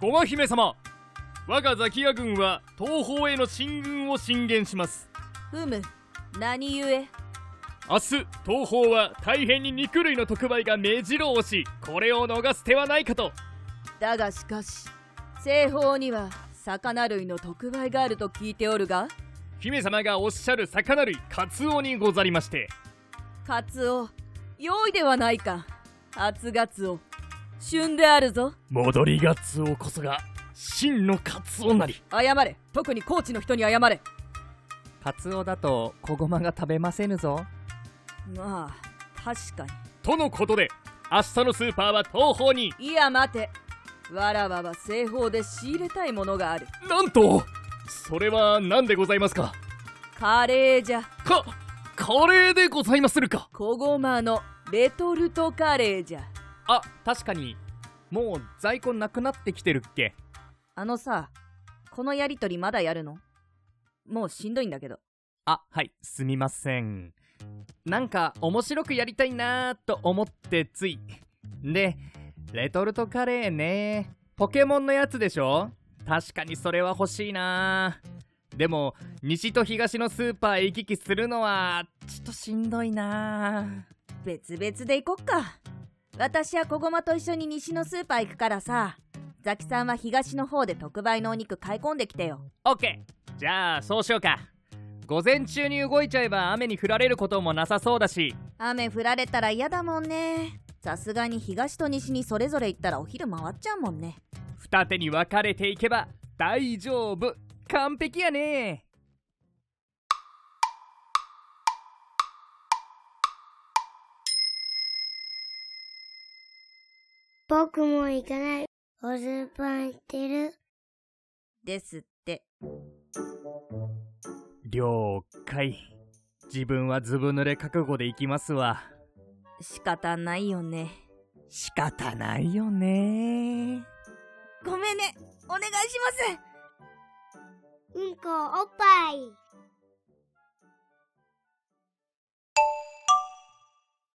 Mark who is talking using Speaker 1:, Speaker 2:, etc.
Speaker 1: 五和姫様我がザキヤ軍は東方への進軍を進言します
Speaker 2: うむ何故
Speaker 1: 明日東方は大変に肉類の特売が目白押しこれを逃す手はないかと
Speaker 2: だがしかし西方には魚類の特売があると聞いておるが
Speaker 1: 姫様がおっしゃる魚類カツオにござりまして
Speaker 2: カツオ良いではないか初ガツオ旬であるぞ
Speaker 1: 戻りガツオこそが真のカツオなり
Speaker 2: 謝れ特に高知の人に謝れ
Speaker 3: カツオだと子ゴマが食べませぬぞ
Speaker 2: まあ確か
Speaker 1: とのことで明日のスーパーは東方に
Speaker 2: にいや待てわらわは西方で仕入れたいものがある
Speaker 1: なんとそれは何でございますか
Speaker 2: カレーじゃ
Speaker 1: かカレーでございまするか
Speaker 2: 小ごまのレトルトカレーじゃ
Speaker 3: あ確かにもう在庫なくなってきてるっけ
Speaker 2: あのさこのやりとりまだやるのもうしんどいんだけど
Speaker 3: あはいすみませんなんか面白くやりたいなーと思ってついでレトルトカレーねポケモンのやつでしょ確かにそれは欲しいなーでも西と東のスーパー行き来するのはちょっとしんどいなー
Speaker 2: 別々で行こっか私は小ごまと一緒に西のスーパー行くからさザキさんは東の方で特売のお肉買い込んできてよ
Speaker 3: オッケーじゃあそうしようか午前中に動いちゃえば雨に降られることもなさそうだし
Speaker 2: 雨降られたら嫌だもんねさすがに東と西にそれぞれ行ったらお昼回っちゃうもんね
Speaker 3: 二手に分かれていけば大丈夫完璧やね
Speaker 4: 僕も行かない。おスーパー行ってる。
Speaker 2: ですって
Speaker 3: 了解自分はずぶ濡れ覚悟で行きますわ
Speaker 2: 仕方ないよね
Speaker 3: 仕方ないよね
Speaker 2: ごめんねお願いします
Speaker 4: うんこおっぱい。